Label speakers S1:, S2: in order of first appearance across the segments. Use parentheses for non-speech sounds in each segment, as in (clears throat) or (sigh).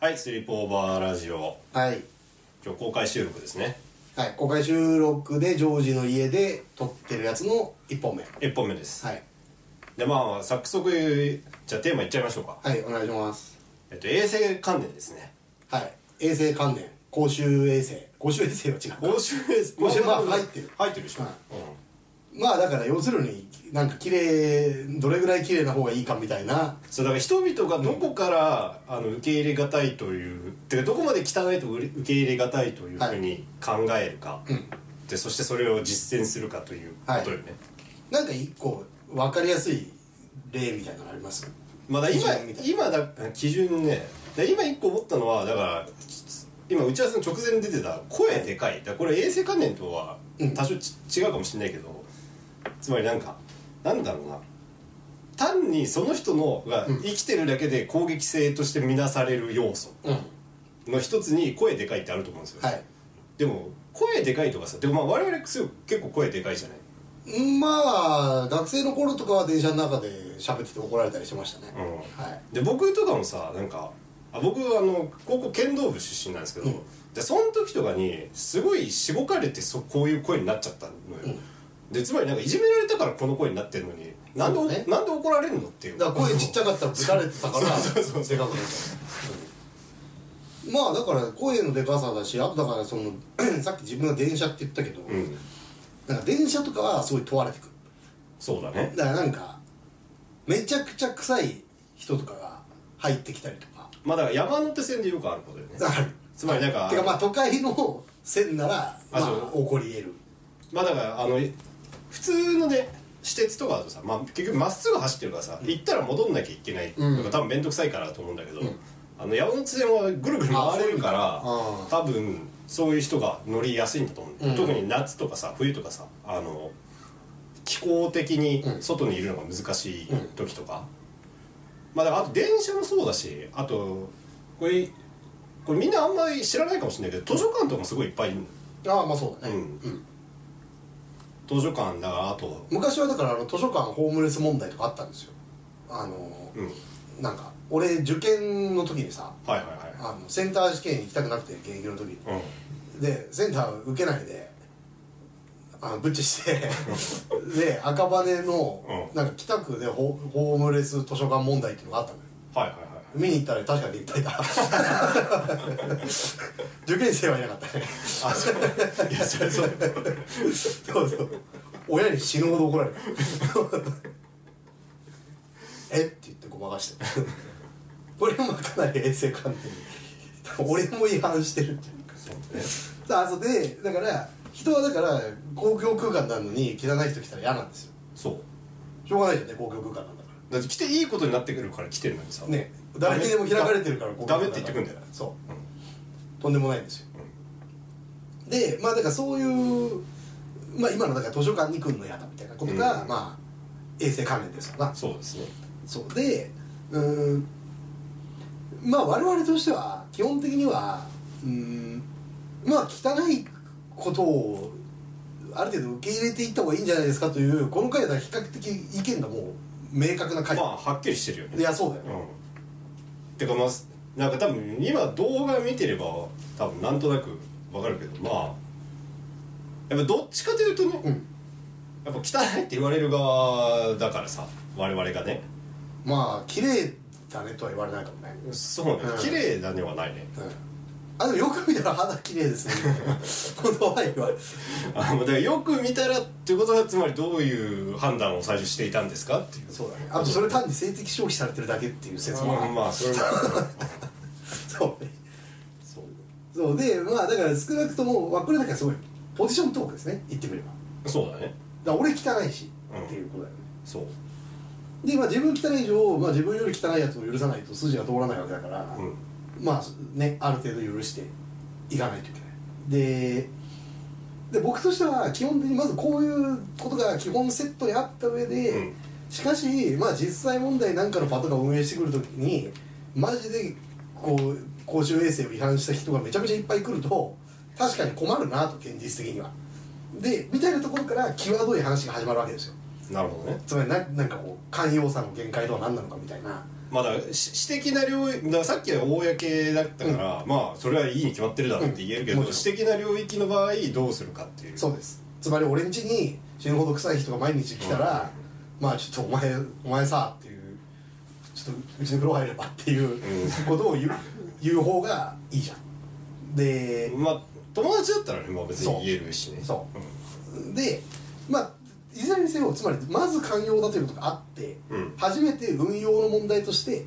S1: はい、スリープオーバーラジオ。
S2: はい、
S1: 今日公開収録ですね。
S2: はい、公開収録でジョージの家で撮ってるやつの1本目は
S1: 一本目です。
S2: い
S1: で、まあ、早速、じゃあテーマいっちゃいましょうか。
S2: はいお願いします
S1: えっと、衛星関連ですね。
S2: はい衛星関連公衆衛星公衆衛星は違う
S1: 公衆衛星、
S2: まあ
S1: 公衆衛星
S2: まあ入ってる
S1: 入ってるでしょ。
S2: はいまあだから要するになんか綺麗どれぐらい綺麗な方がいいかみたいな
S1: そう、だから人々がどこから、あの、受け入れがたいという、てか、どこまで汚いと受け入れがたいというふ
S2: は
S1: う
S2: い
S1: に考えるか。で、そしてそれを実践するかということよね。
S2: なんか一個分かりやすい例みたいなのあります
S1: まあだ今
S2: 基準みたいな
S1: 今だ基準ねだ今一個思ったのはだから今打ち合わせの直前に出てた声でかいだからこれ衛生関連とは
S2: うん
S1: 多少ち、違うかもしれないけどつまりなんかなんだろうな単にその人のが
S2: うん
S1: 生きてるだけで攻撃性として見なされる要素
S2: うんは
S1: の一つに声でかいってあると思うんですよ、
S2: い
S1: でも声でかいとかさでもまあ我々すごい結構声でかいじゃない
S2: まあ学生の頃とかは電車の中で喋ってて怒られたりしてましたね、
S1: うん
S2: はい
S1: で僕とかもさなんかあ僕あの高校剣道部出身なんですけど、
S2: うん
S1: でその時とかにすごいしごかれてそこういう声になっちゃったのよ、でつまりなんかいじめられたからこの声になってるのになんで、
S2: そうね
S1: なんで怒られるのっていう
S2: だから声ちっちゃかったらぶたれてたから
S1: そうそうそう
S2: でかくなったまあだから声のでかさだしあとだからその (clears throat) さっき自分が電車って言ったけど、
S1: うん
S2: なんか電車とかはすごい問われてくる
S1: そうだね
S2: だからなんかめちゃくちゃ臭い人とかが入ってきたりとか
S1: まあだから山手線でよくあることだよね
S2: だから
S1: つまりなんか
S2: てかまあ都会の線ならま
S1: そ
S2: あ
S1: う
S2: 起こり得る
S1: まあだからあの普通のね私鉄とかだとさ、まあ、結局まっすぐ走ってるからさ、行ったら戻んなきゃいけないのが多分面倒くさいからだと思うんだけど、あの山手線はぐるぐる回れるから
S2: あそういうこ
S1: 多分そういう人が乗りやすいんだと思うんだよ、
S2: うん
S1: 特に夏とかさ冬とかさあの気候的に
S2: うん
S1: 外にいるのが難しい時とか、まあだからあと電車もそうだしあとこれこれみんなあんまり知らないかもしれないけど図書館とかもすごいいっぱいいるのよ
S2: ああまあそうだね、
S1: うん図書館だからあと
S2: 昔はだからあの図書館ホームレス問題とかあったんですよあの、
S1: うん
S2: なんか俺受験の時にさ
S1: はいはいはい
S2: あのセンター試験行きたくなくて現役の時に
S1: うん、
S2: でセンター受けないであのブッチして
S1: (laughs)
S2: で赤羽の、
S1: うん
S2: なんか北区でホホームレス図書館問題っていうのがあったのよ
S1: はいはいは
S2: 見に行ったら確かにいっぱいいた
S1: (laughs)
S2: 受験生はいなかったね
S1: あそういやそれそれ
S2: そうそう親に死ぬほど怒られるえって言ってごまかしてこれもかなり衛生観念に俺も違反してるっていうかさあそうでだから人はだから公共空間なのに汚い人来たら嫌なんですよ
S1: そう
S2: しょうがないじゃんね公共空間なんだか
S1: だって来ていいことになってくるから来てるのにさ
S2: らね誰にでも開かれてるから
S1: ダメダ
S2: 公共
S1: メっ
S2: 空
S1: て
S2: 間
S1: 言ってくんだよ
S2: そう
S1: う
S2: とんでもないんですよ、でまあだからそういう、まあ、今のだから図書館に来るの嫌だみたいなことが、
S1: うん
S2: まあ衛生関連ですよなん
S1: そうですね
S2: そうでうーんまあ我々としては基本的にはうーんまあ汚いことをある程度受け入れていった方がいいんじゃないですかというこの回は比較的意見がもう明確な回、
S1: まあはっきりしてるよね
S2: いやそうだよ、
S1: うんてかまあなんか多分今動画見てれば多分なんとなくわかるけどまあやっぱどっちかというとね、
S2: うん
S1: やっぱ汚いって言われる側だからさ我々がね
S2: まあ綺麗だねとは言われないかもね、
S1: そうね、
S2: うん
S1: 綺麗だねはないね
S2: うんあでもよく見たら肌綺麗ですね (laughs) このワインは
S1: あのだからよく見たらっていうことはつまりどういう判断を最初していたんですかっていう
S2: そうだねあとそれ単に性的消費されてるだけっていう説もあ
S1: まあ
S2: る
S1: まあそれも
S2: そうね
S1: そう
S2: (laughs) そうでまあだから少なくとも、まあ、これだからすごいポジショントークですね言ってみればだか
S1: そうだね
S2: ら俺汚いし、
S1: うん
S2: っていうことだよね
S1: そう
S2: でまあ自分汚い以上、まあ、自分より汚いやつを許さないと筋が通らないわけだから、
S1: うん
S2: まあねある程度許していかないといけないでで僕としては基本的にまずこういうことが基本セットにあった上で、
S1: うん
S2: しかしまあ実際問題なんかのパトが運営してくるときにマジでこう公衆衛生を違反した人がめちゃめちゃいっぱい来ると確かに困るなと現実的にはでみたいなところから際どい話が始まるわけですよ
S1: なるほどね
S2: つまりななんかこう寛容さの限界とは何なのかみたいな
S1: まあだからし私的な領域だからさっきは公だったから、まあそれはいいに決まってるだろうって言えるけど、
S2: うんもちろん
S1: 私的な領域の場合どうするかっていう
S2: そうですつまり俺ん家に死ぬほど臭い人が毎日来たら、まあちょっとお前お前さっていうちょっとうちの風呂入ればっていう
S1: う
S2: ことを言う,、言う方がいいじゃんで
S1: まあ友達だったらね、まあ、別
S2: そう
S1: に言えるしね
S2: そ
S1: うん
S2: でまあいずれにせよつまりまず寛容だということがあって、
S1: うん
S2: 初めて運用の問題として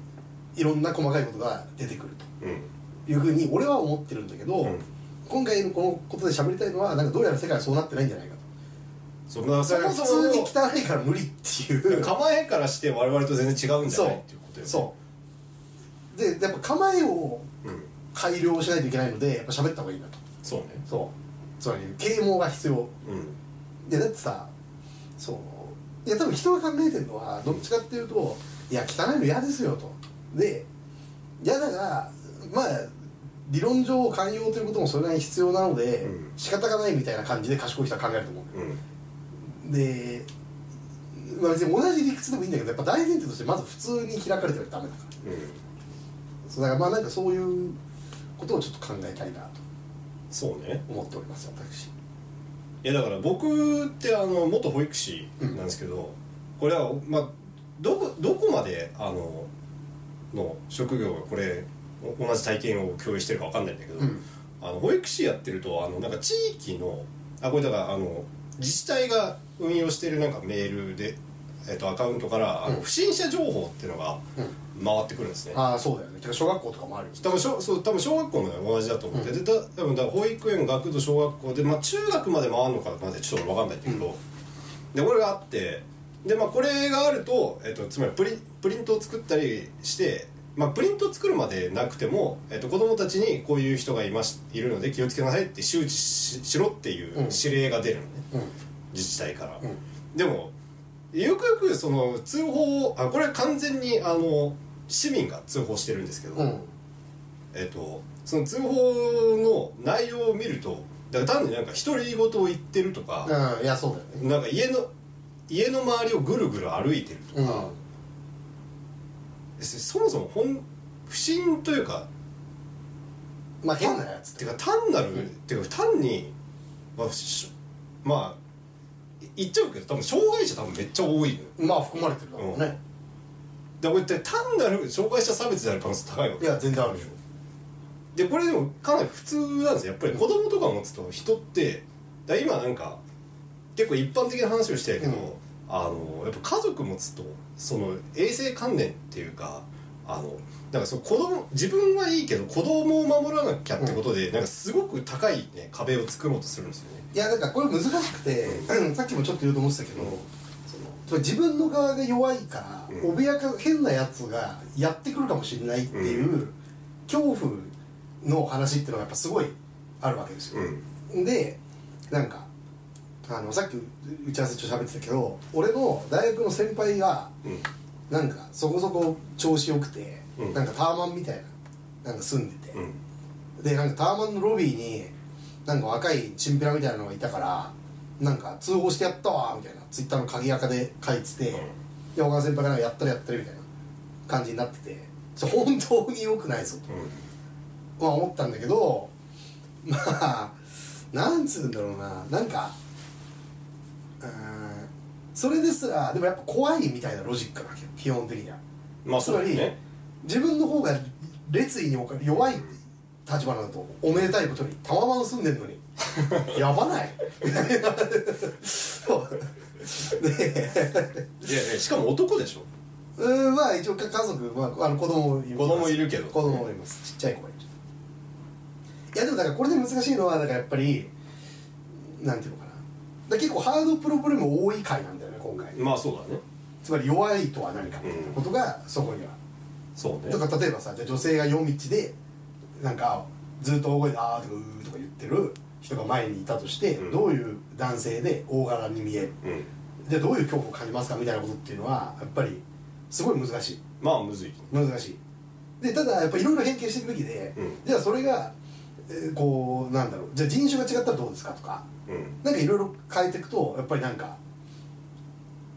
S2: いろんな細かいことが出てくる
S1: うん
S2: というふうに俺は思ってるんだけど、
S1: うん
S2: 今回のこのことで喋りたいのはなんかどうやら世界はそうなってないんじゃないかと。
S1: そんな
S2: そ
S1: そ
S2: れが
S1: も
S2: 普
S1: そ
S2: 通に
S1: も
S2: 汚いから無理っていう
S1: 構えからして我々と全然違うんじゃ
S2: そ
S1: な
S2: う
S1: いっていうことよね
S2: そうでやっぱ構えを
S1: うん
S2: 改良しないといけないのでやっぱ喋った方がいいなと
S1: そうね
S2: そうつまり啓蒙が必要
S1: うん
S2: でだってさそういや多分人が考えてるのはどっちかっていうと、いや汚いの嫌ですよとで嫌だがまあ理論上寛容ということもそれなりに必要なので、
S1: うん
S2: 仕方がないみたいな感じで賢い人は考えると思う
S1: うん
S2: で、まあ、別に同じ理屈でもいいんだけどやっぱ大前提としてまず普通に開かれてるとダメだから
S1: うん
S2: そうだからまあなんかそういうことをちょっと考えたいなと
S1: そうね
S2: 思っております私
S1: いやだから僕ってあの元保育士なんですけど、これはまあどこどこまであのの職業がこれお同じ体験を共有してるかわかんないんだけど、
S2: うん
S1: あの保育士やってるとあのなんか地域のあこれだからあの自治体が運用してるなんかメールで、えっとアカウントからあの
S2: うん
S1: 不審者情報っていうのが
S2: うん
S1: 回ってくるんですね、
S2: ああそうだよねてか小学校とかもあるよ
S1: 多分小そう多分小学校も同じだと思って、で
S2: う
S1: だ多分だから保育園学童小学校で、まあ、中学まで回るのかまでちょっと分かんないんだけど、でこれがあってで、まあ、これがあると、えっと、つまりプリプリントを作ったりして、まあ、プリントを作るまでなくても、えっと、子どもたちにこういう人がいますいるので気をつけなさいって周知ししろっていう指令が出るのね、
S2: うん
S1: 自治体から。
S2: うん
S1: でもよくよくその通報をあこれは完全にあの市民が通報してるんですけど、
S2: うん
S1: えっと、その通報の内容を見るとだから単になんか独り言を言ってるとか、
S2: うんいやそうだよね
S1: なんか家の家の周りをぐるぐる歩いてるとか、そそもそも本不審というか
S2: まあ変なやつ
S1: てか単なる、てか単にまあ、しまあい言っちゃうけど多分障害者多分めっちゃ多いのよ
S2: まあ含まれてるだろうね、
S1: だからこれって単なる障害者差別である可能性高いわけ
S2: いや全然あるでしょ
S1: でこれでもかなり普通なんですよやっぱり子供とか持つと人ってだ今なんか結構一般的な話をしてるけど、
S2: うん
S1: あのやっぱ家族持つとその衛生観念っていうかあのなんかその子供自分はいいけど子供を守らなきゃってことで、なんかすごく高い、ね、壁を作ろうとするんですよね。
S2: いやなんかこれ難しくて、さっきもちょっと言うと思ってたけど、そのつまり自分の側が弱いから、
S1: うん
S2: 脅か変なやつがやってくるかもしれないっていう、恐怖の話っていうのがやっぱすごいあるわけですよ、
S1: ん
S2: でなんかあのさっき打ち合わせちょっと喋ってたけど俺の大学の先輩が
S1: うん
S2: なんかそこそこ調子よくて、
S1: うん
S2: なんかタワマンみたいななんか住んでて、
S1: うん
S2: でなんかタワマンのロビーになんか若いチンピラみたいなのがいたからなんか通報してやったわみたいなツイッターの鍵垢で書いてて、
S1: うん
S2: で小川先輩がなんかやったらやったらみたいな感じになっててそれ本当に良くないぞと、まあ、思ったんだけどまあなんつうんだろうななんかうーんそれですらでもやっぱ怖いみたいなロジックなわけよ基本的には。
S1: まあ
S2: つ
S1: そう
S2: ま
S1: だ
S2: り、
S1: ね。
S2: 自分の方が列位におか弱い立場なんだとおめでたいことにタワマン住んでるのにやばないそうで
S1: いやいやしかも男でしょ。
S2: うんまあ一応家族、まあ、あの子供もいます
S1: 子供いるけど
S2: 子供もいますちっちゃい子がいるいやでもだからこれで難しいのはだからやっぱりなんていうのかなだから結構ハードプロブレム多い回なんだよね今回
S1: まあそうだね。
S2: つまり弱いとは何かみたいなことがそこには
S1: そうね。
S2: だから例えばさじゃあ女性が夜道でなんかずっと大声で「あー」とか「うー」とか言ってる人が前にいたとして、
S1: うん
S2: どういう男性で大柄に見える
S1: うん
S2: じゃあどういう恐怖を感じますかみたいなことっていうのはやっぱりすごい難しい
S1: まあむずい。
S2: 難しいでただやっぱいろいろ偏見していくべきで、
S1: うん
S2: じゃあそれが、えーこうなんだろうじゃあ人種が違ったらどうですかとか
S1: うん
S2: なんかいろいろ変えていくとやっぱりなんか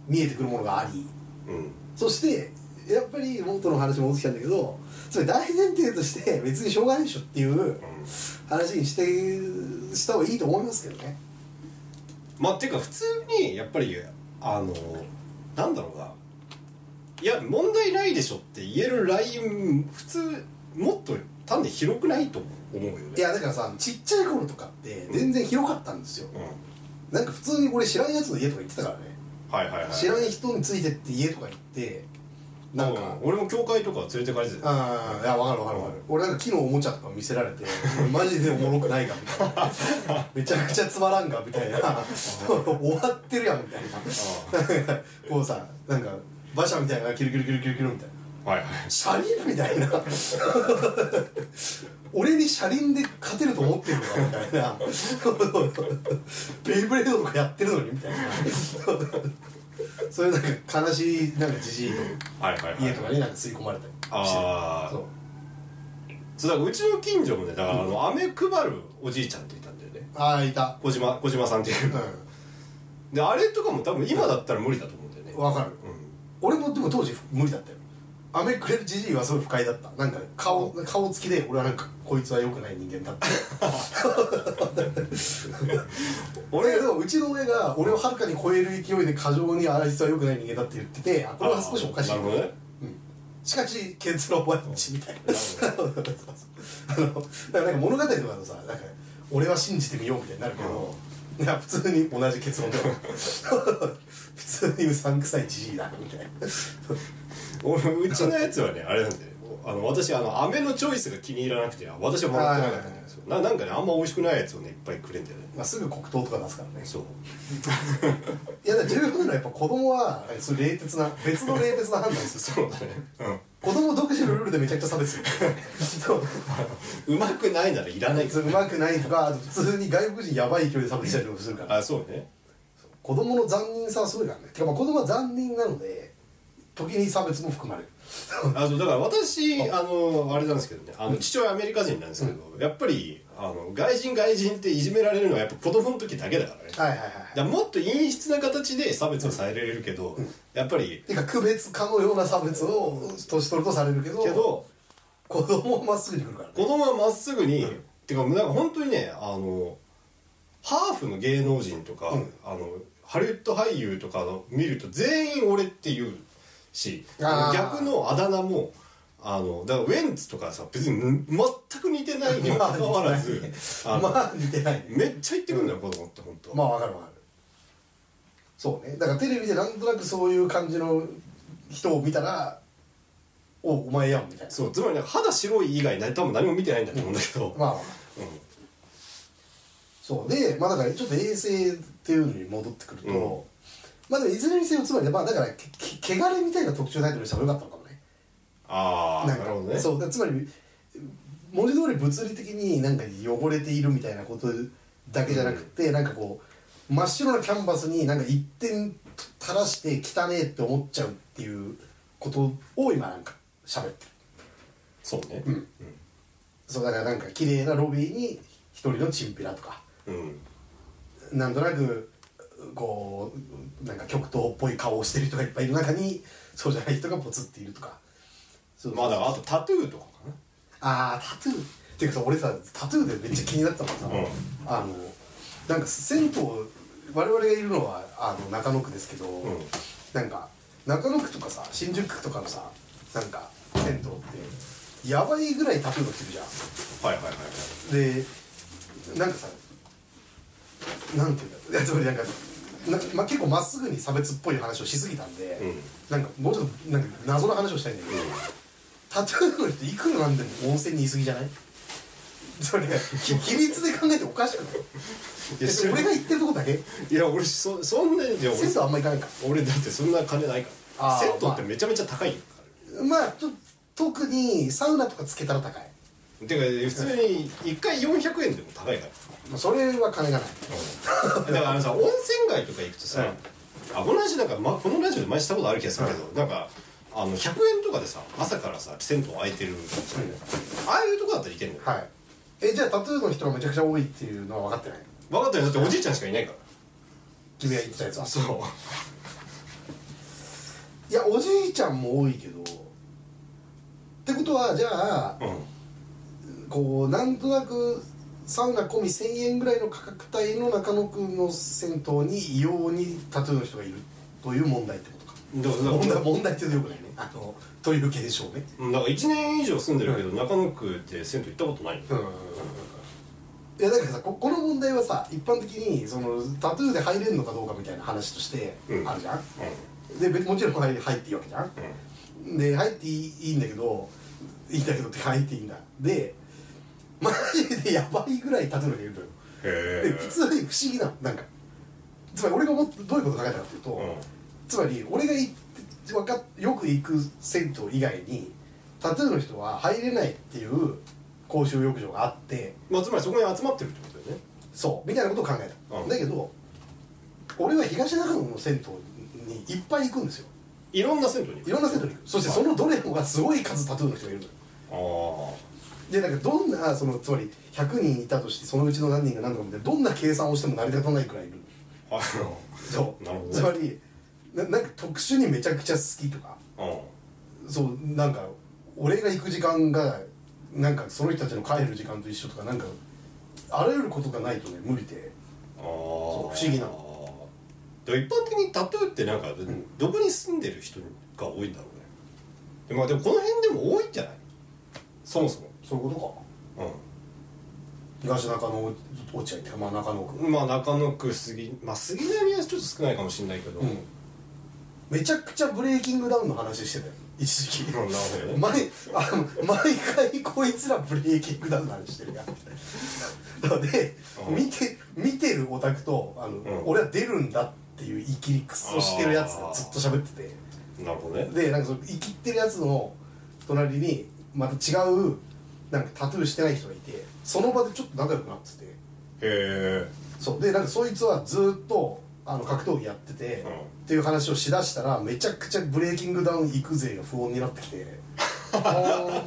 S2: 見えてくるものがあり
S1: うん
S2: そしてやっぱり元の話戻ってきたんだけどそれ大前提として別にしょうがないでしょっていう話にしてした方がいいと思いますけどね
S1: まあっていうか普通にやっぱりあのなんだろうないや問題ないでしょって言えるライン普通もっと単に広くないと思うよね
S2: いやだからさちっちゃい頃とかって全然広かったんですよ、
S1: うん
S2: なんか普通に俺知らんやつの家とか行ってたからね、
S1: はいはいはい
S2: 知らん人についてって家とか行ってなんか、
S1: うん俺も教会とか連れて帰ってたよ
S2: ああいや分かる分かる分かる俺なんか木のおもちゃとか見せられてマジでおもろくないかみたいな (laughs) めちゃくちゃつまらんがみたいな終わってるやんみたいな (laughs) こうさなんか馬車みたいなキルキルキルキルキルみたいな
S1: はいはい
S2: 車輪みたいな (laughs) 俺に車輪で勝てると思ってるのかみたいな (laughs) ベイブレードとかやってるのにみたいな (laughs) そういうなんか悲しいなんかじじいの
S1: はいはいはい
S2: 家とかになんか吸い込まれたりしてる
S1: あー
S2: そう
S1: そうだからうちの近所もねだからあの飴配るおじいちゃんっていたんだよね
S2: ああいた
S1: 小島小島さんっていう
S2: う
S1: であれとかも多分今だったら無理だと思うんだよね
S2: んわかる
S1: う
S2: 俺もでも当時無理だったよアメくれるじじいはすごい不快だったなんか顔顔つきで俺はなんかこいつは良くない人間だって俺でもうちの親が俺をはるかに超える勢いで過剰にあいつは良くない人間だって言っててあこれは少しおかしい
S1: あーなるほどね
S2: うんしかしケンツのお前んちみたいな (laughs) そうそうそうあのだからなんか物語とかのさなんか俺は信じてみようみたいになるけど、いや普通に同じ結論だよ (laughs) 普通にうさんくさいじじいだみたいな
S1: 俺うちのやつはねあれなんであの私あの飴のチョイスが気に入らなくてあ私はもらってなかったんですよななんかねあんま美味しくないやつをねいっぱいくれんだよね
S2: まあ、すぐ黒糖とか出すからね
S1: そう
S2: いやだから重要なのはやっぱ子供はそれ冷徹な別の冷徹な判断する
S1: (laughs) そうだね
S2: 子供独自のルールでめちゃくちゃ差別する (laughs) そう
S1: うんうまくないならいらない
S2: そううまくないとかあと普通に外国人やばい勢いで差別したりとかするから
S1: あそうね
S2: 子供の残忍さはすごいからねてかまあ子供は残忍なので時に差別も含まれる
S1: あそうだから私あのあれなんですけどねあの父親アメリカ人なんですけど、やっぱりあの外人外人っていじめられるのはやっぱ子供の時だけだからねだか
S2: はいはいはい
S1: らもっと陰湿な形で差別はされるけど、やっぱり
S2: てか区別化のような差別を年取るとされるけど
S1: けど
S2: 子供はまっすぐに来るからね
S1: 子供はまっすぐに、てかなんか本当にねあのハーフの芸能人とか、
S2: うん
S1: あのハリウッド俳優とかの見ると全員俺って言うし
S2: あー
S1: 逆のあだ名もあのだからウェンツとかさ別に全く似てないにもかかわらずあの、
S2: まあ似てないね
S1: めっちゃ言ってくるんだよ子供って本当、
S2: まあわかるわかるそうねだからテレビでなんとなくそういう感じの人を見たら「おお前やん」みたいな
S1: そうつまりね肌白い以外何多分何も見てないんだと思うんだけど、
S2: まあ、そうでまあだからちょっと衛生っていうのに戻ってくると、
S1: うん
S2: まあでもいずれにせよつまりまあだからけけ汚れみたいな特徴タイトルにした方がよかったのかもね
S1: ああ
S2: な
S1: なん
S2: か
S1: るほどね
S2: そうだつまり文字通り物理的になんか汚れているみたいなことだけじゃなくて、なんかこう真っ白なキャンバスになんか一点垂らして汚ねえって思っちゃうっていうことを今なんか喋ってる
S1: そうね
S2: そうだからなんか綺麗なロビーに一人のチンピラとか
S1: うん
S2: なんとなくこうなんか極東っぽい顔をしてる人がいっぱいいる中にそうじゃない人がポツっているとかそう
S1: まあだからあとタトゥーとかかな
S2: あータトゥーっていうかさ俺さタトゥーでめっちゃ気になったのがさ、
S1: うん
S2: あのなんか銭湯我々がいるのはあの中野区ですけど、
S1: ん
S2: なんか中野区とかさ新宿区とかのさなんか銭湯ってやばいぐらいタトゥーの人いるじゃん
S1: はいはいはい
S2: でなんかさなんていうんだいやつまりなんかなま結構まっすぐに差別っぽい話をしすぎたんで、
S1: うん
S2: なんかもうちょっとなんか謎の話をしたいんだけど、タトゥーの人いくらなんでも温泉にいすぎじゃないそれき比率で考えておかしくない
S1: いや知らん
S2: 俺が言ってるとこだけ
S1: いや俺そそんなにいや俺
S2: 銭湯あんま行かないか
S1: 俺だってそんな金ないか
S2: あ
S1: ら
S2: ー
S1: 銭湯ってめちゃめちゃ高いから
S2: らまあちょ特にサウナとかつけたら高い
S1: てか普通に1回400円でも高いか (laughs)
S2: まあそれは金がない
S1: らだからあのさ温泉街とか行くとさ、あこの話なんか、ま、このラジオで前したことある気がするけど、なんかあの100円とかでさ朝からさ銭湯空いてるああいうとこだったらいけんのよ
S2: はいえじゃあタトゥーの人がめちゃくちゃ多いっていうのは分かってない
S1: 分かったよだっておじいちゃんしかいないから
S2: 君が言ってたやつは
S1: そう
S2: いやおじいちゃんも多いけどってことはじゃあ
S1: うん
S2: こうなんとなくサウナ込み1000円ぐらいの価格帯の中野区の銭湯に異様にタトゥーの人がいるという問題ってことか
S1: だからだ
S2: 問題
S1: か
S2: (laughs) 問題ってよくないねあのという現象ね
S1: らだから1年以上住んでるけど、中野区って銭湯行ったことない
S2: うんいやだからさここの問題はさ一般的にそのタトゥーで入れるのかどうかみたいな話として
S1: うん
S2: あるじゃん、
S1: う
S2: で別もちろん入入っていいわけじゃん
S1: んうん
S2: で入っていいいいんだけどいいんだけどってか入っていいんだでマジでやばいぐらいタトゥーの人いるのよ
S1: へえ
S2: で普通に不思議なのなんかつまり俺が思ってどういうことを考えたかっていうと、つまり俺が行ってわかっよく行く銭湯以外にタトゥーの人は入れないっていう公衆浴場があって
S1: まあ、つまりそこに集まってるってことだよね
S2: そうみたいなことを考えた、
S1: うん
S2: だけど俺は東中野の銭湯にいっぱい行くんですよ
S1: いろんな銭湯に
S2: いろんな銭湯に行くそしてそのどれもがすごい数タトゥーの人がいるのよ
S1: ああ
S2: でなんかどんなそのつまり100人いたとしてそのうちの何人が何とかみたいなどんな計算をしても成り立たないくらいいる
S1: あ
S2: そう
S1: なるほど
S2: つまりななんか特殊にめちゃくちゃ好きとか
S1: の
S2: そうなんか俺が行く時間がなんかその人たちの帰る時間と一緒とかなんかあらゆることがないとね無理で
S1: うんああ
S2: う不思議な
S1: で一般的にタトゥーってなんか、
S2: ん
S1: どこに住んでる人が多いんだろうねで,、まあ、でもこの辺でも多いんじゃないそもそも
S2: そういうことか東中野落合ってかまあ中野
S1: う
S2: 区
S1: んまあ中野区杉まあ杉並はちょっと少ないかもしれないけど、
S2: うんめちゃくちゃブレイキングダウンの話してたよ一時期
S1: うんなるほどね
S2: 毎あ毎回こいつらブレイキングダウンの話してるやんなので、
S1: うん
S2: 見て見てるオタクとあの、
S1: ん
S2: 俺は出るんだっていう生きりくそしてるやつがずっと喋ってて
S1: なるほどね
S2: でなんかその生きってるやつの隣にまた違うなんかタトゥーしてない人がいてその場でちょっと仲良くなってて
S1: へ
S2: そうでなんかそいつはずっとあの格闘技やってて、
S1: うん
S2: っていう話をしだしたらめちゃくちゃブレイキングダウン行く勢が不穏になって
S1: (laughs)
S2: きてあ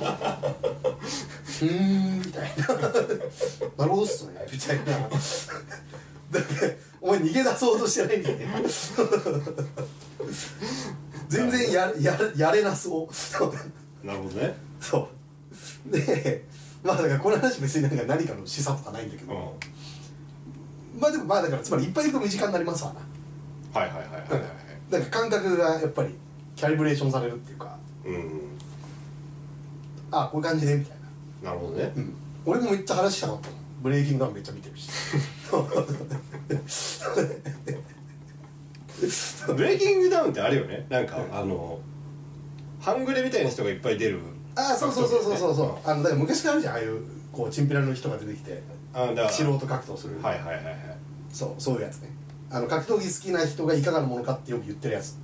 S2: ーうーんみたいな (laughs) なるほどっすねみたいな (laughs) だってお前逃げ出そうとしてないみたいな (laughs) 全然やややれなそう (laughs)
S1: えなるほどね
S2: そうでまあだからこの話別になんか何かの示唆とかないんだけ
S1: う
S2: ど、
S1: ん
S2: まあでもまあだからつまりいっぱいいると身近になりますわな
S1: はいはいはいはいはいはい
S2: なんか感覚がやっぱりキャリブレーションされるっていうか
S1: うん
S2: ああこういう感じねみたいな、
S1: なるほどね、
S2: うん、俺もめっちゃ話したかったもんブレイキングダウンめっちゃ見
S1: (laughs)
S2: てるし
S1: ブレイキングダウンってあるよねなんか、あの半グレみたいな人がいっぱい出る
S2: ああそうそうそうそうそうそうあのだから昔からあるじゃんああいうこうチンピラの人が出てきて
S1: あだから
S2: 素人格闘する、
S1: はいはいはいはい
S2: そうそういうやつねあの格闘技好きな人がいかがなものかってよく言ってるやつ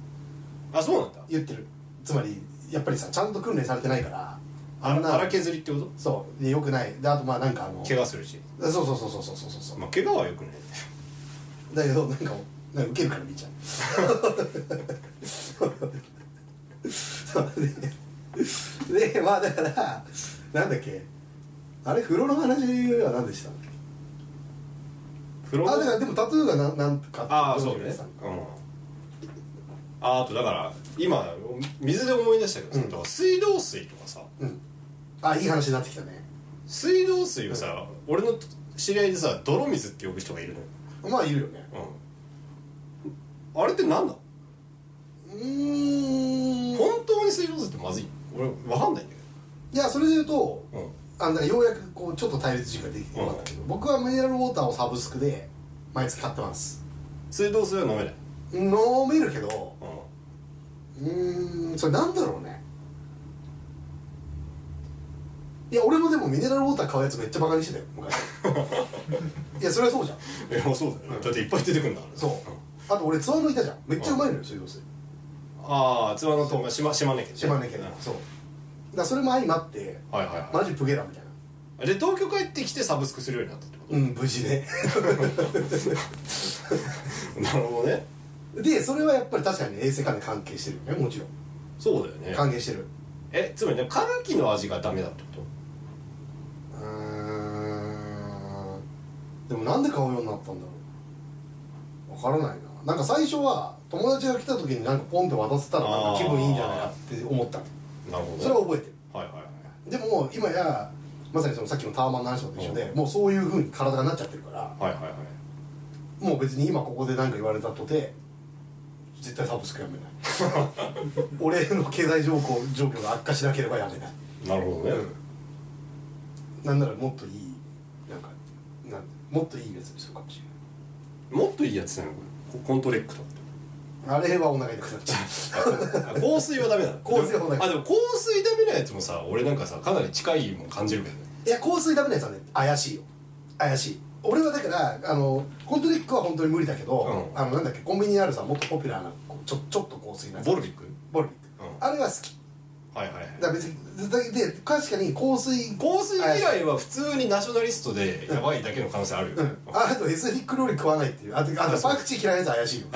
S1: あそうなんだ
S2: 言ってるつまりやっぱりさちゃんと訓練されてないからあんな
S1: 荒削りってこと
S2: そうでよくないであとまあなんかあの
S1: 怪我するし
S2: そうそうそうそうそうそうそう
S1: まあ怪我はよくね
S2: だけどなんかなんか受けるから見ちゃうそうででまあだからなんだっけあれ風呂の話は何でした
S1: 風呂
S2: あだからでもタトゥーがななんか
S1: ああそうね
S2: さ
S1: うんああとだから今水で思い出したけどさ、
S2: うん
S1: だから水道水とかさ
S2: うんあいい話になってきたね
S1: 水道水をさ、俺の知り合いでさ泥水って呼ぶ人がいるのよ、
S2: まあいるよね
S1: うん、あれって何だ
S2: うーん
S1: 本当に水道水ってまずい俺わかんないんだ
S2: いやそれで言うと
S1: けど、うん、
S2: あのだからようやくこうちょっと対立軸ができてよかったけど、僕はミネラルウォーターをサブスクで毎月買ってます
S1: 水道水は飲めない、
S2: 飲めるけど
S1: うん、
S2: うーんそれなんだろうねいや俺もでもミネラルウォーター買うやつめっちゃバカにしてたよ
S1: (laughs)
S2: 昔いやそれはそうじゃん
S1: いやそうだよね、だっていっぱい出てくるんだから
S2: そうあと俺ツアー抜いたじゃんめっちゃうまいのよ水道水
S1: ああつわのと島島根県ね
S2: 島根県
S1: うん
S2: のそうだからそれも相まって
S1: はいはいは
S2: マジプゲラみたいない
S1: で東京帰ってきてサブスクするようになったってこ
S2: うん無事で
S1: となるほどね
S2: でそれはやっぱり確かに衛生管理関係してるよねもちろん
S1: そうだよね
S2: 関係してる
S1: えつまりねカルキの味がダメだってこ
S2: うーんでもなんで買うようになったんだろうわからないななんか最初は友達が来た時になんかポンって渡せたらなんか気分いいんじゃないかって思った
S1: なるほど
S2: それは覚えてる
S1: はいはいはい
S2: でも今やまさにそのさっきのタワマンの話と一緒で、
S1: う
S2: もうそういうふうに体がなっちゃってるから
S1: はいはいはい
S2: もう別に今ここで何か言われたとて絶対サブスクやめない俺の経済状況状況が悪化しなければやめない、
S1: なるほどね、
S2: うん、なんならもっといいなんかなんもっといいやつにするかもし
S1: もっといいやつなのこれココントレックとかって
S2: れないあれはお腹痛くなっちゃ
S1: (laughs) あ香水はダメだ
S2: 香水はダメ
S1: あでも香水ダメなやつもさ俺なんかさかなり近いもん感じるけどね
S2: ういや香水ダメなやつはね怪しいよ怪しい俺はだからあのコントリックは本当に無理だけど、
S1: うん
S2: あのなんだっけコンビニにあるさもっとポピュラーなこうちょちょっと香水なやつ
S1: ボルビック
S2: ボルビック、
S1: うん
S2: あれは好き
S1: はいはいはい
S2: だから別にだで確かに香水
S1: 香水嫌いは普通にナショナリストでやばいだけの可能性あるよ、
S2: う
S1: ね
S2: ん、あとエスニック料理食わないっていうあとあとパクチー嫌いなやつ怪し
S1: (laughs)
S2: いよ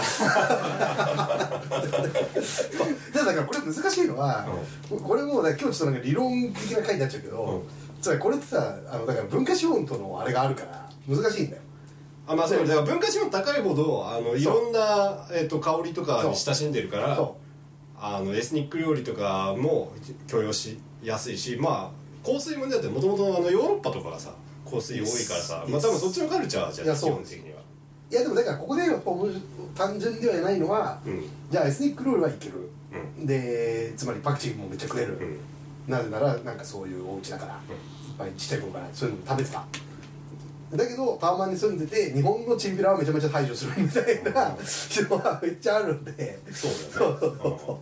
S2: でだからこれ難しいのは、これもうだから今日ちょっとなんか理論的な回になっちゃうけど、
S1: うん
S2: つまりこれってさあのだから文化資本とのあれがあるから難しいんだよ
S1: あまあそうだから文化資本高いほどあのいろんな、えっと香りとかに親しんでるから
S2: そ
S1: あのエスニック料理とかも許容しやすいしまあ香水もねだってもともとヨーロッパとかがさ香水多いからさ、
S2: Yes.
S1: まあ、多分そっちのカルチャーじゃ
S2: い
S1: ん
S2: や
S1: 基
S2: そう
S1: 本的には、
S2: いやでもだからここでやっぱ面白い単純ではないのは、
S1: うん
S2: じゃあエスニック料理はいける、
S1: う
S2: でつまりパクチーもめっちゃ食える、
S1: うん、
S2: なぜならなんかそういうお家だから、いっぱいちっちゃい頃からそういうの食べてただけどタワマンに住んでて日本のチンピラをめちゃめちゃ排除するみたいな人はめっちゃあるんで
S1: そうだ
S2: そ
S1: よ
S2: う
S1: ね
S2: そうそ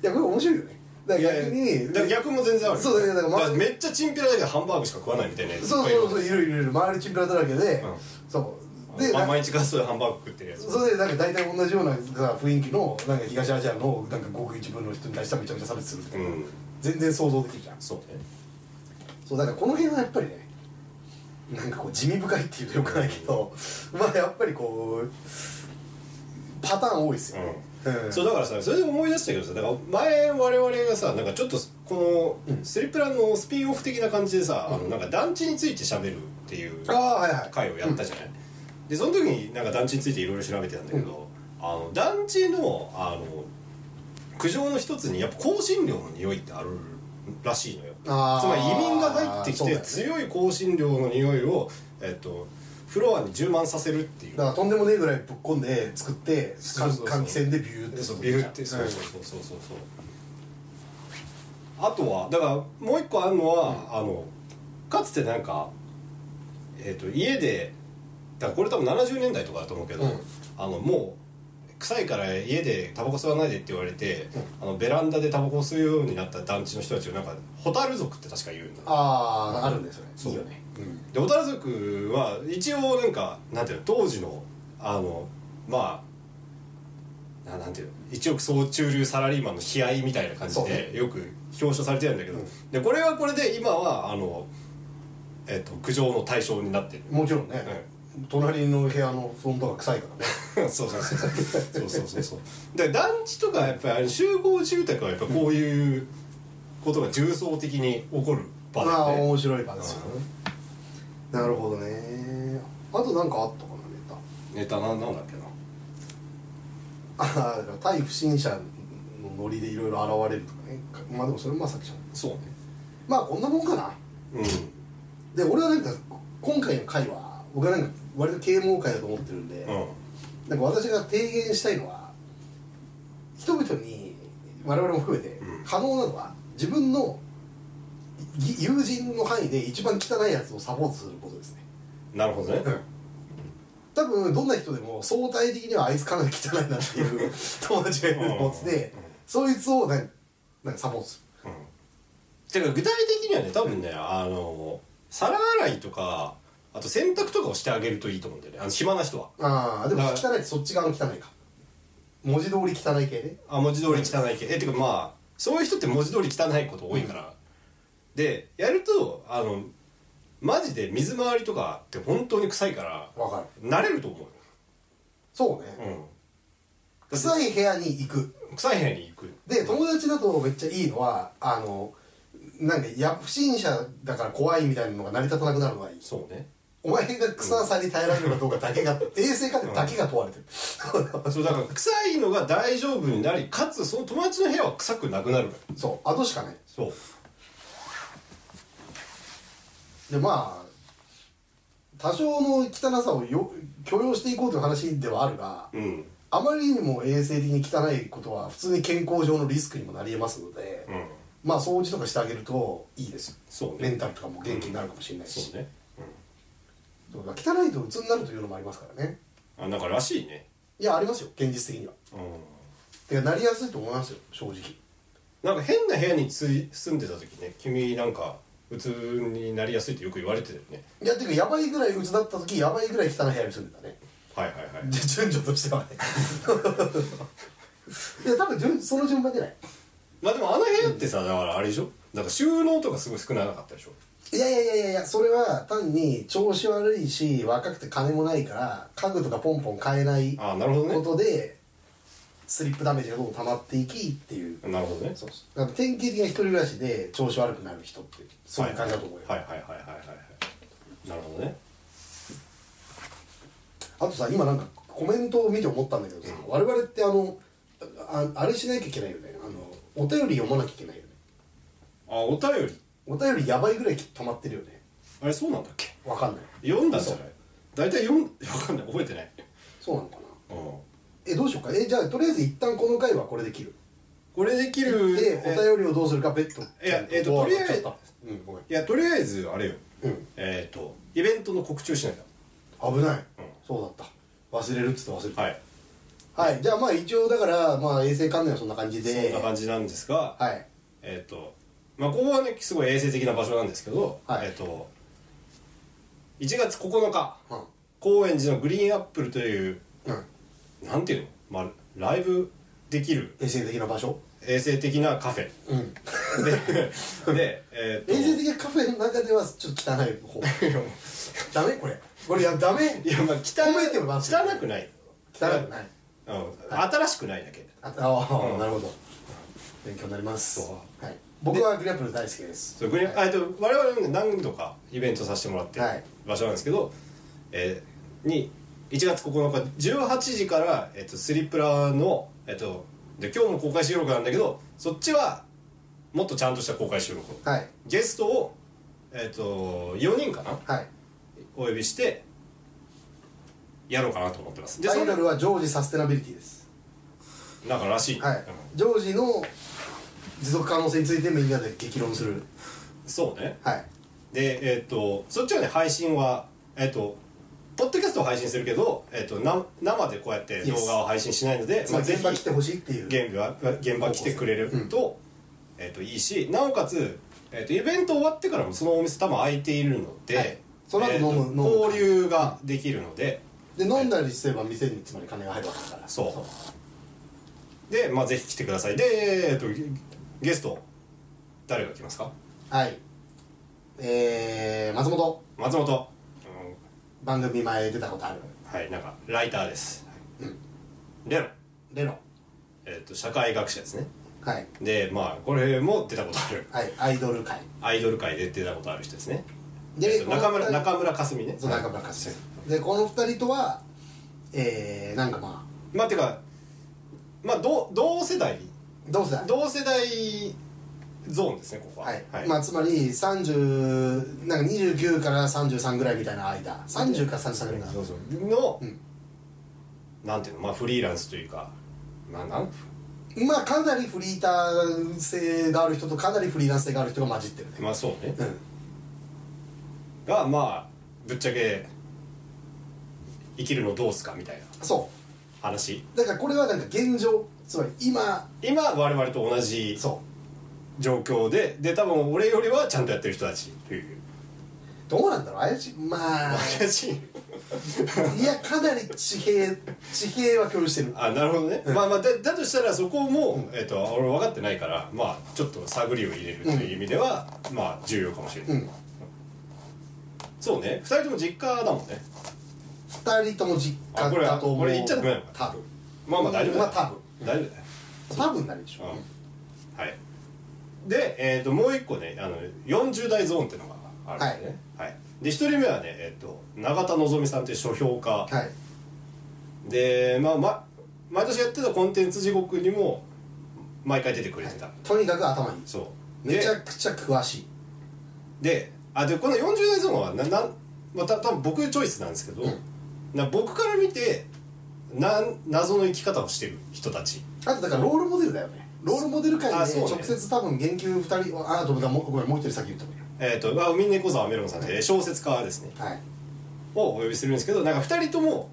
S2: ういやこれ面白いよねだから逆
S1: いやい
S2: に
S1: やだから逆も全然ある
S2: そうだからだからまあ
S1: めっちゃチンピラだけどハンバーグしか食わないみたいなやつ
S2: そうそうそう
S1: う
S2: いるいるいる周りチンピラだらけで、
S1: ん
S2: そうで
S1: まあ、
S2: なんか
S1: 毎日ガスでハンバーグ食ってるやつ
S2: それでなんか大体同じようなさ雰囲気のなんか東アジアのなんかごく一部の人に対してはめちゃめちゃ差別するみた
S1: う
S2: いな、
S1: ん
S2: 全然想像できるじゃん
S1: そうね
S2: そうだからこの辺はやっぱりねなんかこう地味深いっていうとよくないけどまあやっぱりこうパターン多いですよね、うん
S1: そうだからさそれで思い出したけどさだから前我々がさなんかちょっとこのスリプラのスピンオフ的な感じでさ、あのなんか団地について喋るっていう
S2: ああはいはい
S1: 回をやったじゃない、でその時になんか団地についていろいろ調べてたんだけど、あの団地のあの苦情の一つにやっぱ香辛料の匂いってあるらしいのよつ
S2: あー
S1: まり移民が入ってき
S2: そうだ
S1: て
S2: よね
S1: 強い香辛料の匂いを、えっと、フロアに充満させるっていう
S2: だからとんでもねえぐらいぶっこんで作って
S1: そうそうそう
S2: 換気扇でビューって
S1: そうビルってそうそうそうそうそうそうあとはだからもう一個あるのは、あのかつてなんか、えー、と家でだからこれ多分70年代とかだと思うけど、
S2: うん
S1: あのもう臭いから家でタバコ吸わないでって言われて、あのベランダでタバコを吸うようになった団地の人たちをなんかホタル族って確か言うんだ
S2: あああるんですよね
S1: そう
S2: いいよね、うん
S1: で小樽族は一応なんかなんていうの当時のあのまあななんていうの一億総中流サラリーマンの悲哀みたいな感じ
S2: そうね
S1: でよく表彰されてるんだけど、でこれはこれで今はあの、えっと、苦情の対象になってる (laughs)
S2: もちろんね、隣の部屋の布団とか臭いからね
S1: そうそうそうそうそうそうそうで団地とかやっぱり集合住宅はやっぱこういうことが重層的に起こる場
S2: まあ
S1: だよね、
S2: 面白い場ですよね、なるほどねあとなんかあったかなネタ
S1: ネタななんだっけな
S2: (laughs) ああだから対不審者のノリでいろいろ現れるとかねかまあでもそれもまさきちゃん
S1: そうね
S2: まあこんなもんかな
S1: うん
S2: で俺はなんかこ今回の回は僕はなんか割と啓蒙会だと思ってるんで、
S1: う
S2: なんか私が提言したいのは人々に我々も含めて
S1: うん
S2: 可能なのは自分のぎ友人の範囲で一番汚いやつをサポートすることですね
S1: んなるほどね
S2: 多分どんな人でも相対的にはあいつかなり汚いなっていう友達がいると思ってて
S1: うん
S2: そいつをなんかなんかサポートす
S1: うんてか具体的にはね多分ね、あの皿洗いとかあと洗濯とかをしてあげるといいと思うんだよねあの暇な人は
S2: るああでも
S1: だか
S2: 汚いってそっち側の汚いか文字通り汚い系ね
S1: あ文字通り汚い系えてかまあそういう人って文字通り汚いこと多いから、でやるとあのマジで水回りとかって本当に臭いから
S2: わかる
S1: 慣れると思
S2: そう
S1: う
S2: ね、
S1: よ、うん、
S2: 臭い部屋に行く
S1: 臭い部屋に行く
S2: で友達だとめっちゃいいのはあのなんかや不審者だから怖いみたいなのが成り立たなくなるのがいい
S1: そうね
S2: お前が草さんに耐えられるかどうかだけ
S1: (laughs)
S2: が衛生かだけが問われてる
S1: そうだから臭いのが大丈夫になりかつその友達の部屋は臭くなくなるから
S2: (laughs) そう後しかない
S1: そう
S2: でまあ多少の汚さをよ許容していこうという話ではあるが、
S1: うん
S2: あまりにも衛生的に汚いことは普通に健康上のリスクにもなりえますので、
S1: うん
S2: まあ掃除とかしてあげるといいですよ
S1: そう
S2: メ
S1: ね
S2: ンタルとかも元気になるかもしれないし、
S1: そうね
S2: そうだから汚いと鬱になるというのもありますからね
S1: あなんからしいね
S2: いやありますよ現実的には
S1: うん
S2: てかなりやすいと思いますよ正直
S1: なんか変な部屋につい住んでた時ね君なんかうつになりやすいってよく言われてたよね
S2: いやてかやばいぐらい鬱だった時やばいぐらい汚い部屋に住んでたね
S1: はいはいはい
S2: で順序とし
S1: (laughs)
S2: てはねいや多分順その順番じゃない
S1: まあでもあの部屋ってさだからあれでしょだから収納とかすごい少なかったでしょ
S2: いやいやいやいやいやそれは単に調子悪いし若くて金もないから家具とかポンポン買えない
S1: ああなるほど
S2: こ
S1: ね
S2: とでスリップダメージがどんどん溜まっていきっていう
S1: なるほどね
S2: そうそうだから典型的な一人暮らしで調子悪くなる人ってそういう感じだと思うよ、
S1: はいはいはいはいはいはいなるほどね
S2: あとさ今なんかコメントを見て思ったんだけどさ、我々ってあのああれしなきゃいけないよねあのお便り読まなきゃいけないよね
S1: あお便り
S2: お便りやばいぐらい溜まってるよね
S1: あれそうなんだっけ
S2: わかんない
S1: 読んだんじゃない大体読ん (laughs) わかんない覚えてない
S2: そうなのかな
S1: うん
S2: えどうしようかえじゃあとりあえず一旦この回はこれで切る
S1: これでき
S2: で
S1: る
S2: お便りをどうするか別途
S1: いやえっと
S2: ドア
S1: と
S2: が
S1: りあえず
S2: ちょっうんごめん
S1: いやとりあえずあれよ、
S2: うん
S1: えっ、とイベントの告知をしない
S2: 危ない、
S1: うん
S2: そうだった忘れるっつって忘れ
S1: と
S2: た
S1: は
S2: はい、
S1: い、
S2: じゃあまあ一応だからまあ衛生観念はそんな感じで
S1: そんな感じなんですが、
S2: はい
S1: えっ、とまあここはねすごい衛生的な場所なんですけど、
S2: はい
S1: えっ、と1月9日
S2: うん
S1: 高円寺のグリーンアップルという
S2: うん
S1: なんていうの、まあ、ライブできる
S2: 衛生的な場所
S1: 衛生的なカフェ
S2: うん (laughs)
S1: ででえっ、と
S2: 衛生的なカフェの中ではちょっと汚い方
S1: (laughs)
S2: ダメこれこれいやダメ
S1: いやまあ汚
S2: 褒めてますよ
S1: 汚くない
S2: 汚くない
S1: うん、新しくないだけ
S2: ああ、なるほど勉強になります
S1: そ
S2: はい、僕はグリアップル大好きです
S1: そうグリーン
S2: は
S1: あえ
S2: い
S1: っと我々もね何度かイベントさせてもらってる
S2: はい
S1: 場所なんですけど、えーに1月9日18時から、えっとスリプラの、えっとで今日も公開収録なんだけどそっちはもっとちゃんとした公開収録を
S2: はい
S1: ゲストを、えっと4人かな
S2: はい
S1: お呼びしてやろうかなと思ってますで
S2: タ
S1: そ
S2: イ
S1: れ
S2: トルは「ジョージサステナビリティ」です
S1: なんからしい、
S2: は
S1: うん
S2: い、ジョージの持続可能性についてみんなで激論する
S1: そうね
S2: はい
S1: でえっ、とそっちはね配信はえっ、とポッドキャストを配信するけど、えっとな生でこうやって動画を配信しないので、
S2: つ
S1: ま
S2: ま
S1: あ、ぜ
S2: り現
S1: ひ
S2: 場来てほしいっていう
S1: 現場現場来てくれると,、えっといいしなおかつ、えっとイベント終わってからもそのお店多分空いているので、
S2: はいその後飲む
S1: えっと
S2: 飲む
S1: 交流ができるので、
S2: で飲んだりすれば店につまり金が入るわけだから
S1: そうで、まあ、ぜひ来てくださいで、えっとゲゲスト誰が来ますか
S2: はいえー、松本
S1: 松本、
S2: 番組前出たことある
S1: うん、はいなんかライターです、レロ
S2: レロ
S1: えっと社会学者ですね
S2: はい
S1: でまあこれも出たことある
S2: はいアイドル界
S1: アイドル界で出たことある人ですね
S2: で
S1: えっと中村
S2: この
S1: 中村かすみね
S2: そう中村和志でこの二人とはえー、なんかまあ
S1: まあてかまあ同同世代
S2: どうせだ
S1: 同世代ゾーンですねここは
S2: はい、まあつまり30なんか29から33ぐらいみたいな間30から33ぐらいかな
S1: そうそうの、
S2: うん
S1: なんていうのまあフリーランスというかまあなん
S2: まあかなりフリーター性がある人とかなりフリーランス性がある人が混じってるね
S1: まあそうね
S2: うん
S1: がまあぶっちゃけ生きるのどうすかみたいな
S2: そ
S1: 話
S2: うだからこれはなんか現状つまり今
S1: 今我々と同じ
S2: そ
S1: 状況でで多分俺よりはちゃんとやってる人たちという
S2: うどうなんだろう怪しいまあ
S1: 私
S2: いやかなり地平地平は共有してる
S1: (laughs) あなるほどね、まあまあだだとしたらそこも、えっと俺分かってないからまあちょっと探りを入れるという意味では、まあ重要かもしれない、
S2: うん
S1: そうね2人とも実家だもんね
S2: 二人とも実家
S1: あこれ
S2: だと思う
S1: これ言っちゃダメなの
S2: 多分
S1: まあまあ大丈夫だよ、
S2: まあ多分
S1: 大丈夫だよ、
S2: 多分なるでしょ、
S1: うん、はいでえっ、ともう一個ねあの40代ゾーンってのがあるんでね、はいで1人目はね、えっと、永田希さんっていう書評家、
S2: はい
S1: で、まあま、毎年やってたコンテンツ地獄にも毎回出てくれてた、
S2: とにかく頭いい
S1: そう
S2: め
S1: で
S2: ちゃくちゃ詳しい
S1: であでこの40代ゾーンはななん、まあ、た多分僕チョイスなんですけど、
S2: うん
S1: な僕から見てなん謎の生き方をしてる人たち
S2: あとだからロールモデルだよねロールモデル界で
S1: あそうね
S2: 直接多分言及2人ああともごめんもう一人先言ってもいいよ
S1: えっ、とまあ海猫沢メロンさんで小説家ですね
S2: はい
S1: をお呼びするんですけどなんか2人とも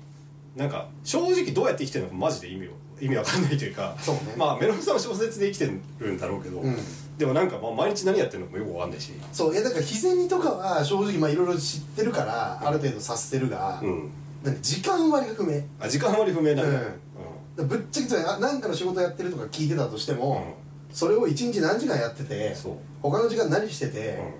S1: なんか正直どうやって生きてるのかマジで意味を意味わかんないというか
S2: そうね
S1: まあメロンさんは小説で生きてるんだろうけど、
S2: うん
S1: でもなんかまあ毎日何やってるのかもよくわかんないし
S2: そういやだから日銭とかは正直まあいろいろ知ってるからある程度察してるが、
S1: うん
S2: なんか時間割が不明だか
S1: あ時間割り不明なんだ、
S2: うん
S1: うん
S2: らぶっちゃけ何かの仕事やってるとか聞いてたとしても、それを1日何時間やってて
S1: そう
S2: 他の時間何してて、
S1: うん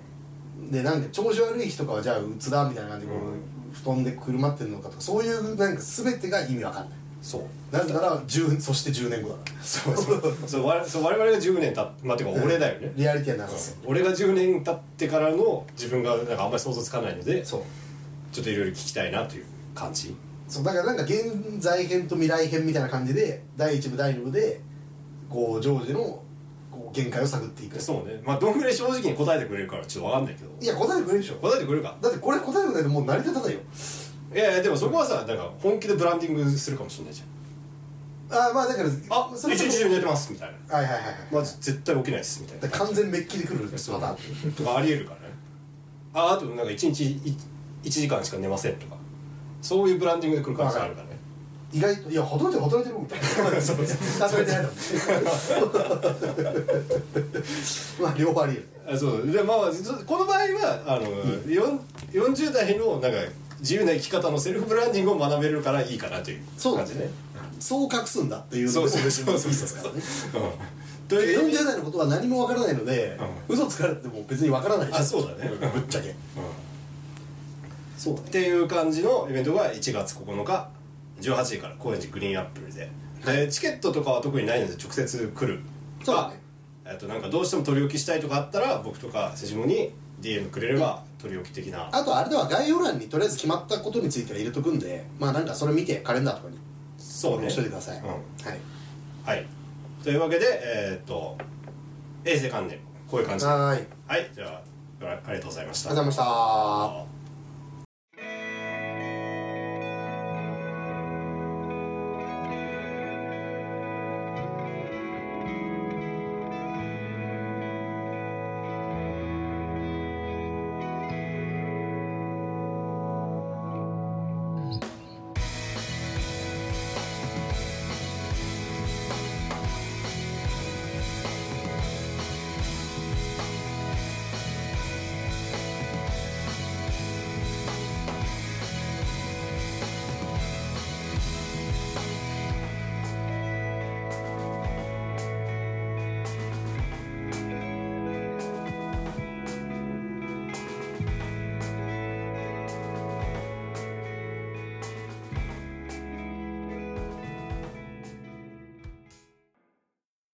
S2: でなんか調子悪い日とかはじゃあうつだみたいな感じでこう、
S1: うん
S2: 布団でくるまってるのかとかそういうなんか全てが意味わかんない
S1: そう
S2: なんなら10そして10年後だから
S1: そう
S2: (laughs)
S1: そうそう我そう我々が10年たっまあてか俺だよね、
S2: リアリティはなさそう、
S1: 俺が10年経ってからの自分がなんかあんまり想像つかないのでち
S2: そう
S1: ょっといろいろ聞きたいなという感じ
S2: そうだからなんか現在編と未来編みたいな感じで第1部第2部でこうジョージのこう限界を探っていく
S1: そうねまあどんぐらい正直に答えてくれるかはちょっとわかんないけど
S2: いや答えてくれるでしょ
S1: 答えてくれるか
S2: だってこれ答えてくれないともう成り立たないよ
S1: いやいやでもそこはさなんか本気でブランディングするかもしれないじ
S2: ああまあだから
S1: ゃんあ
S2: それ
S1: 一
S2: は
S1: 日中寝てますみたいな
S2: はいはいはい
S1: ま
S2: は
S1: あ絶対起きないですみたい
S2: い
S1: な
S2: だから完全メッキでくるパタ
S1: そう
S2: ーン
S1: とかありえるからねああとなんか一日い一時間しか寝ませんとかそういうブランディングで来る可能性あるからね
S2: 意外といやほどいてほどいてるみたいな
S1: (laughs) そうそう
S2: さすがにないの (laughs) まあ両方あり得る
S1: あそうでまあずこの場合はあの、よん、40代のなんか自由な生き方のセルフブランディングを学べるからいいかなという
S2: そうだ
S1: 感じ
S2: ね
S1: ね
S2: そう隠すんだっていうの
S1: そ
S2: も
S1: うそう
S2: 別
S1: そ
S2: に
S1: うそう
S2: いいです
S1: そ
S2: から
S1: う
S2: ね
S1: うんという意味で
S2: 40代のことは何もわからないので、嘘つかれても別にわからないでしょ
S1: あそうだね
S2: ぶっちゃけそうだ
S1: っ
S2: ね
S1: ていう感じのイベントが1月9日18時から高円寺グリーンアップルででチケットとかは特にないので直接来る
S2: そうだね
S1: まあえっとなんかどうしても取り置きしたいとかあったら僕とか瀬下に DM くれれば取り置き的な
S2: あとあれでは概要欄にとりあえず決まったことについては入れとくんでまあなんかそれ見てカレンダーとかに
S1: そうね
S2: しといてください、
S1: うん
S2: はい
S1: はいというわけでえーっと衛生関連こういう感じで
S2: はーいありが
S1: はいじゃあありがとうございまし
S2: とう
S1: た
S2: ございました
S1: あー